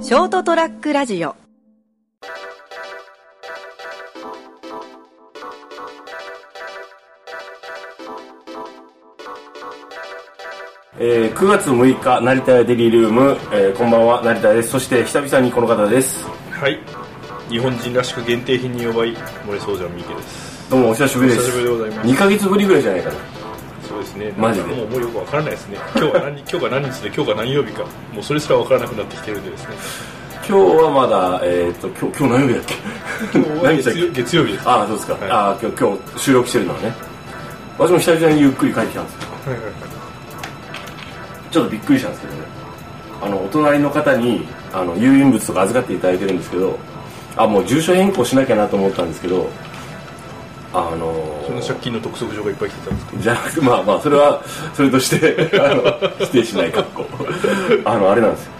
ショートトラックラジオえー、9月6日成田屋デリールーム、えー、こんばんは成田屋ですそして久々にこの方ですはい日本人らしく限定品に弱い森総じゃんミケですどうもお久しぶりですお久しぶりでございます2ヶ月ぶりぐらいじゃないかなそうですねマジでなんかもうもうよくわからないですね今日は何 今日が何日で今日が何曜日かもうそれすらわからなくなってきてるんでですね今日はまだえっ、と今日今日何曜日だっけ今日は 何日だっ月曜け月曜日ですああそうですか、はいああ今日今日収録してるのはね私も久々にゆっくり帰ってきたんですよはいはいはいちょっとびっくりしたんですけどねあのお隣の方にあの郵便物とか預かっていただいてるんですけどあもう住所変更しなきゃなと思ったんですけどあのーそんな借金の督促状がいっぱい来てたんですけどじゃなくてまあまあそれはそれとして あの否定しない格好あのあれなんですよ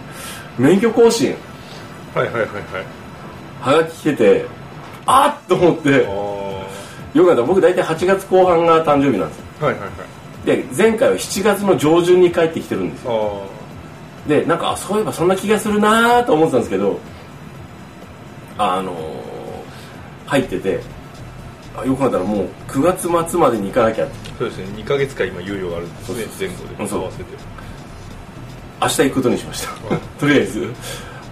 免許更新はいはいはいはいはがき来ててあっと思ってあよかった僕大体8月後半が誕生日なんですよーはいはいはいで前回は7月の上旬に帰ってきてるんですよあーでなんかあそういえばそんな気がするなーと思ってたんですけどあのー入っててあよく考えたらもう9月末までに行かなきゃそうですね2ヶ月間今猶予があるんですね前う後んでそう合わせて明日行くことにしました とりあえず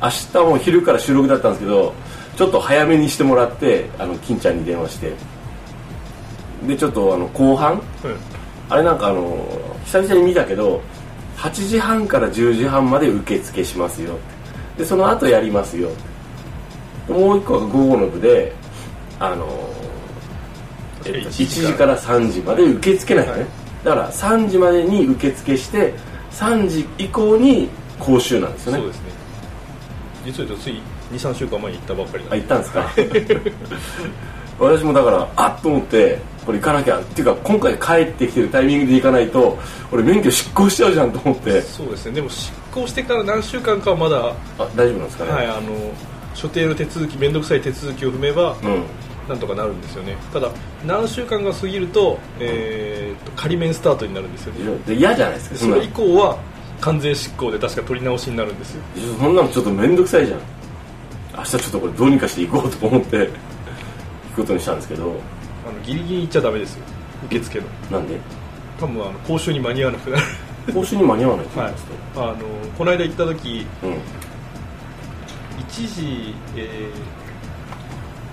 明日も昼から収録だったんですけどちょっと早めにしてもらってあの金ちゃんに電話してでちょっとあの後半うんあれなんかあの久々に見たけど8時半から10時半まで受付しますよでその後やりますよでもう一個は午後の部であのえっと1時から3時まで受け付けないのね、はいだから3時までに受付して3時以降に講習なんですよねそうですね実は言うとつい23週間前に行ったばっかりなんあで行ったんですか 私もだからあっと思ってこれ行かなきゃっていうか今回帰ってきてるタイミングで行かないと俺免許失効しちゃうじゃんと思ってそうですねでも執行してから何週間かはまだあ大丈夫なんですかね、はい、あの所定の手続き面倒くさい手続きを踏めばうんなんとかなるんですよねただ何週間が過ぎると,、えーっと仮免スタートになるんですよいねやで嫌じゃないですかそそんなれの以降は完全執行で確か取り直しになるんですよそんなのちょっと面倒くさいじゃん明日ちょっとこれどうにかして行こうと思って行くことにしたんですけどあのギリギリ行っちゃダメですよ受付のなん で多分あの講習に間に合わなくなる講習に間に合わないと思はいいますと、あのこの間行った時うん1時、えー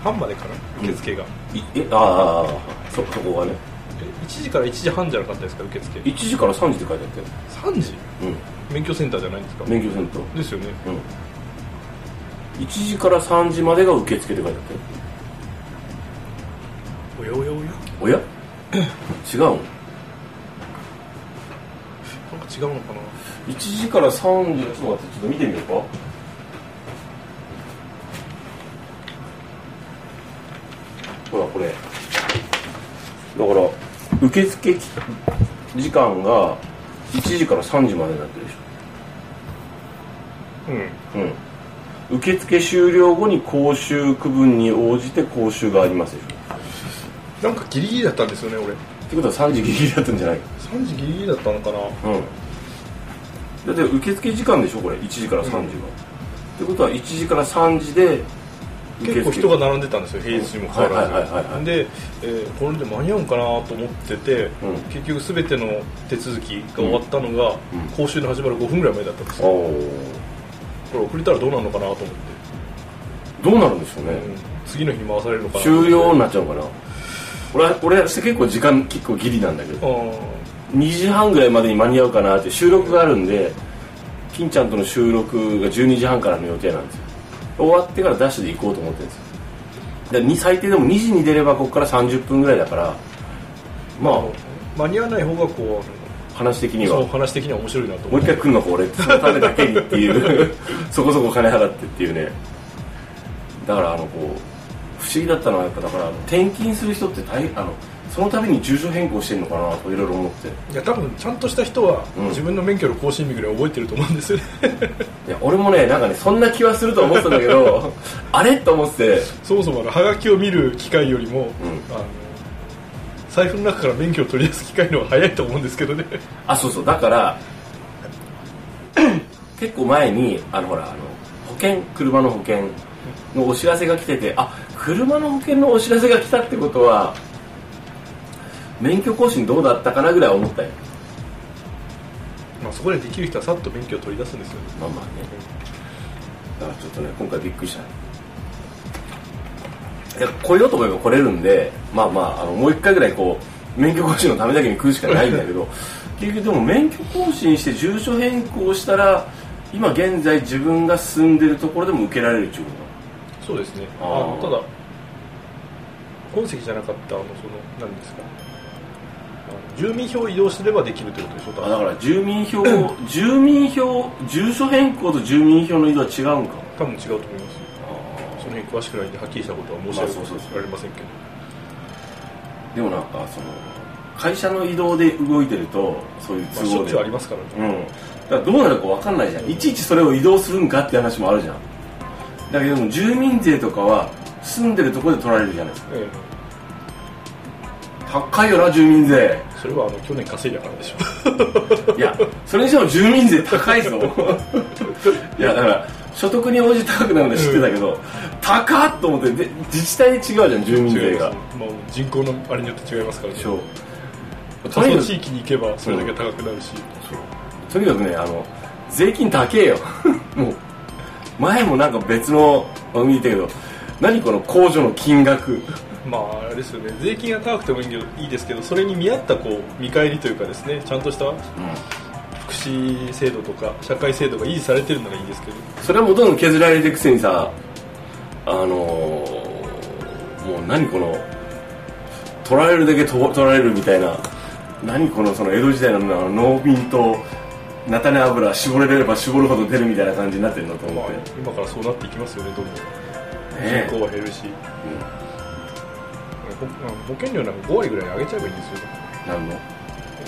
半までかな受付が、いえああああそそこがねえ1時から1時半じゃなかったですか受付1時から3時って書いてあったよ3時う免許センターじゃないんですかん免許センターですよねうん1時から3時までが受付で書いてあったよおやおやおやお や違うのなんか違うのかな1時から3時ちょっと待ってちょっと見てみようかほらこれだから受付き時間が1時から3時までになってるでしうんょうん受付終了後に講習区分に応じて講習がありますでしょなんかギリギリだったんですよね俺ってことは3時ギリギリだったんじゃないか3時ギリギリだったのかなうん、だって受付時間でしょこれ1時から3時が、うんってことは1時から3時で受付結構人が並んでたんですよ平日にもかかわはいはいはいはいはらいずで、えーこれで間に合うんかなと思ってて、うん結局全ての手続きが終わったのが、うん講習の始まる5分ぐらい前だったんですよおーこれ遅れたらどうなるのかなと思って、どうなるんでしょうね、うん次の日に回されるのかな終了になっちゃうのかな俺は俺は結構時間結構ギリなんだけどあー2時半ぐらいまでに間に合うかなって収録があるんで金ちゃんとの収録が12時半からの予定なんですよ終わってからダッシュで行こうと思ってるんですよだからに最低でも2時に出ればここから30分ぐらいだからまあ間に合わない方がこ話的うにそはの話的には面白いなとも思うっ一て回来るのか俺そのためだけにっていうそこそこ金払ってっていうねだからあのこう不思議だったのはやっぱだからあの転勤する人って大変あのそのために住所変更してんのかなといろいろ思っていや多分ちゃんとした人は、うん自分の免許の更新日ぐらい覚えてると思うんですよねいや俺もねなんかねそんな気はすると思ってたんだけどあれと思ってそもそもあのハガキを見る機会よりも、んあの財布の中から免許を取り出す機会の方が早いと思うんですけどね あそうそうだから結構前にあのほらあの保険車の保険のお知らせが来ててあ車の保険のお知らせが来たってことは免許更新どうだったかなぐらいは思ったよ まあ、そこでできる人はさっと免許を取り出すんですよねまあまあねだからちょっとね今回びっくりしたいや来ようと思えば来れるんでまあまああのもう一回ぐらいこう免許更新のためだけに食うしかないんだけど結局でも免許更新して住所変更したら今現在自分が住んでるところでも受けられるっていうこそうですねああーのただ本籍じゃなかったあのその何ですかあの住民票を移動すればできるということでしょうとかあだから住民票住民票住所変更と住民票の移動は違うんか多分違うと思いますよその辺詳しくないんではっきりしたことは申しまあそうそうそう上げられませんけど、でもなんかその会社の移動で動いてるとそういうま都あ、しょ合っでちゅうありますからねうん、だからどうなるか分かんないじゃんいちいちそれを移動するんかって話もあるじゃんだけども住民税とかは住んでるところで取られるじゃないですかえ高いよな住民税えそれはあの去年稼いだからでしょいやそれにしても住民税高いぞ いやだから所得に応じて高くなるのは知ってたけど、高っと思ってで自治体で違うじゃん住民税違いま がすもう人口のあれによって違いますからねそうと他にのか地域に行けばそれだけ高くなるし、くとにかくねあの税金高えよ もう前もなんか別の番組で言ったけど何この控除の金額まああれですよね税金が高くてもいいけどいいですけどそれに見合ったこう見返りというかですねちゃんとした福祉制度とか社会制度が維持されてるならいいですけどそれはもうどんどん削られていくせにさあのーもう何この取られるだけと取られるみたいな何このその江戸時代のあの農民と菜種油絞れれば絞るほど出るみたいな感じになってるのと思まあって、今からそうなっていきますよねどんどんね人口は減るし、ほ保険料なんか5割ぐらい上げちゃえばいいんですよ何の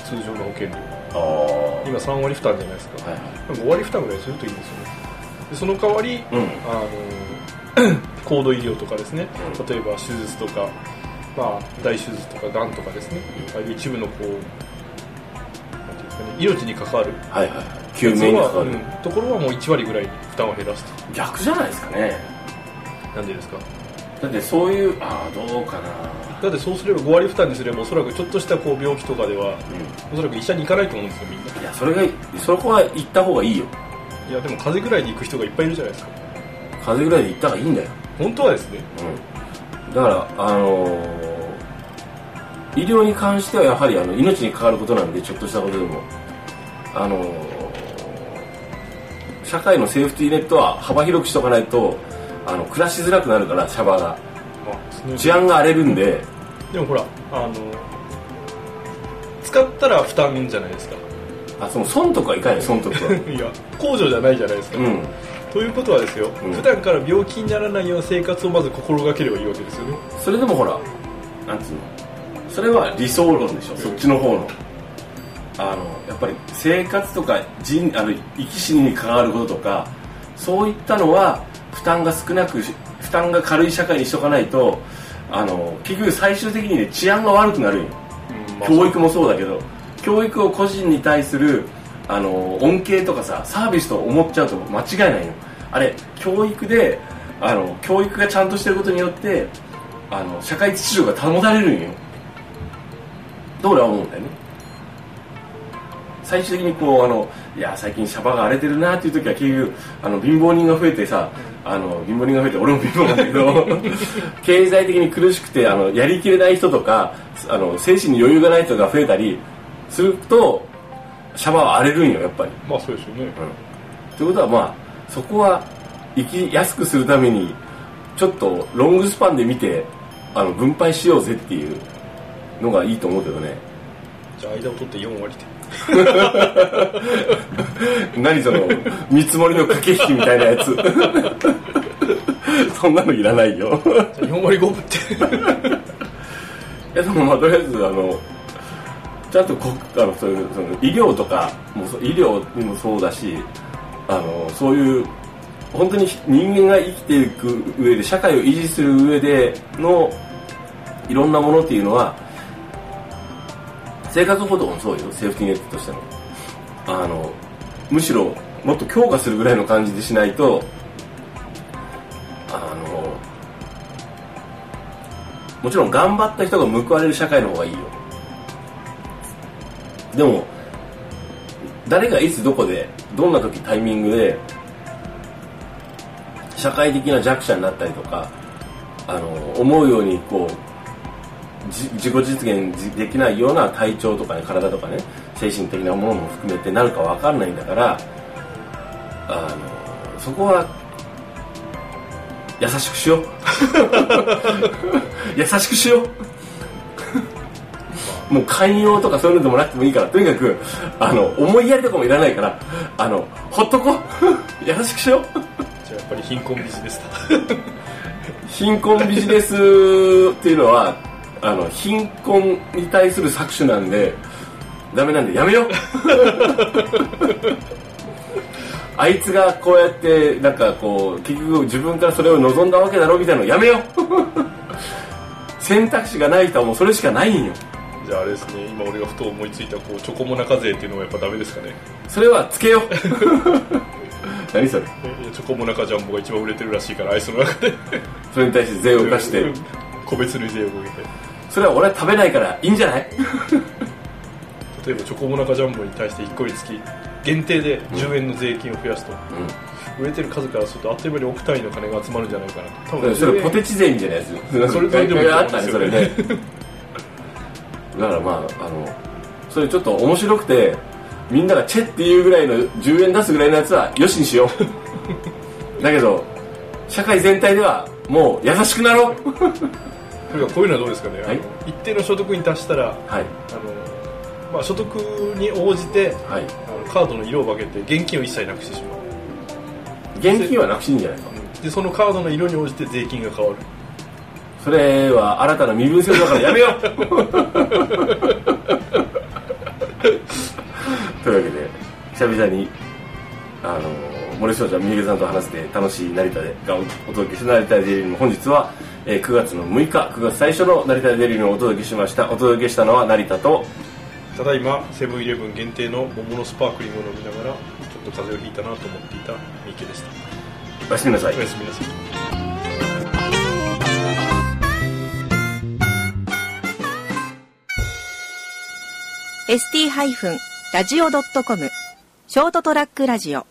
通常の保険料ああはい今3割負担じゃないですか、はい5割負担ぐらいするといいんですよねでその代わり、うんあの高度医療とかですねうん例えば手術とか、まあ、大手術とかがんとかですねああいう一部のこうなんていうんですかね命に関わるはいはい救命にはかかる、うんところはもう1割ぐらいに負担を減らすと逆じゃないですかねなんでですかだってそういうああどうかなだってそうすれば5割負担にすればおそらくちょっとしたこう病気とかではうおそらく医者に行かないと思うんですよみんなんいやそれがそこは行った方がいいよいやでも風邪ぐらいで行く人がいっぱいいるじゃないですか風邪ぐらいで行った方がいいんだよ本当はですねうんだから、あのー医療に関してはやはりあの命に関わることなんでちょっとしたことでも、あのー社会のセーフティーネットは幅広くしとかないとあの暮らしづらくなるからシャバがまあその治安が荒れるんででもほらあの使ったら負担じゃないですかあその損得はいかない損得 はいや控除じゃないじゃないですか、うんということはですよ、うん普段から病気にならないような生活をまず心がければいいわけですよねそれでもほらなんつうのそれは理想論でしょそっちの方のあのやっぱり生活とか人あの生き死にに関わることとかそういったのは負担が少なくし負担が軽い社会にしとかないとあの結局最終的にね治安が悪くなるんよ教育もそうだけど教育を個人に対するあの恩恵とかさサービスと思っちゃうと間違いないよあれ教育であの教育がちゃんとしてることによってあの社会秩序が保たれるんよと俺は思うんだよね最終的にこうあのいや最近シャバが荒れてるなっていう時は結局あの貧乏人が増えてさあの貧乏人が増えて俺も貧乏なんだけど経済的に苦しくてあのやりきれない人とかあの精神に余裕がない人が増えたりするとシャバは荒れるんよやっぱり。まあそうですよねということはまあそこは生きやすくするためにちょっとロングスパンで見てあの分配しようぜっていうのがいいと思うけどね。じゃあ間を取って4割 で何その見積もりの駆け引きみたいなやつ そんなのいらないよじゃあ4割5分っていやでもまあとりあえずあのちゃんとこあのそういうその医療とかもそう医療にもそうだしあのそういう本当に人間が生きていく上で社会を維持する上でのいろんなものっていうのは生活保護もそうよセーフティーネットとしてのあのむしろもっと強化するぐらいの感じでしないともちろん頑張った人が報われる社会の方がいいよでも誰がいつどこでどんな時タイミングで社会的な弱者になったりとかあの思うようにこうじ自己実現できないような体調とかね体とかね精神的なものも含めてなるかわかんないんだからあのそこは優しくしよう優しくしよう もう寛容とかそういうのでもなくてもいいからとにかくあの思いやりとかもいらないからあのほっとこう 優しくしようじゃあやっぱり貧困ビジネスだ 貧困ビジネスっていうのはあの貧困に対する搾取なんでダメなんでやめよう あいつがこうやってなんかこう結局自分からそれを望んだわけだろみたいなのやめよう選択肢がない人はもうそれしかないんよじゃああれですね今俺がふと思いついたこうチョコモナカ税っていうのはやっぱダメですかねそれはつけよう 何それえチョコモナカジャンボが一番売れてるらしいからアイスの 中でそれに対して税を課して個別に税をかけてそれは俺は食べないからいいんじゃない例えばチョコモナカジャンボに対して1個につき限定で10円の税金を増やすと、売れてる数からするとあっという間に億単位の金が集まるんじゃないかなと多分それポテチ税みたいなやつそれとでもいいあっとた思ねうそんれでねだからまああのそれちょっと面白くてみんながチェっていうぐらいの10円出すぐらいのやつはよしにしよ うだけど社会全体ではもう優しくなろうとにかくこういうのはどうですかね、はいあの一定の所得に達したらはいあの、まあ、所得に応じてはいあのカードの色を分けて現金を一切なくしてしまう現金はなくしていいんじゃないかでそのカードの色に応じて税金が変わるそれは新たな身分制度だからやめようというわけで久々にあの森翔ちゃん三宅さんと話して楽しい成田でがおお届けした成田デイリーの本日は、えー9月の6日9月最初の成田デイリーのお届けしましたお届けしたのは成田とただいまセブンイレブン限定の桃のスパークリングを飲みながらちょっと風邪をひいたなと思っていた三池でしたおやすみなさいおやすみなさいー ST-radio.com ショートトラックラジオ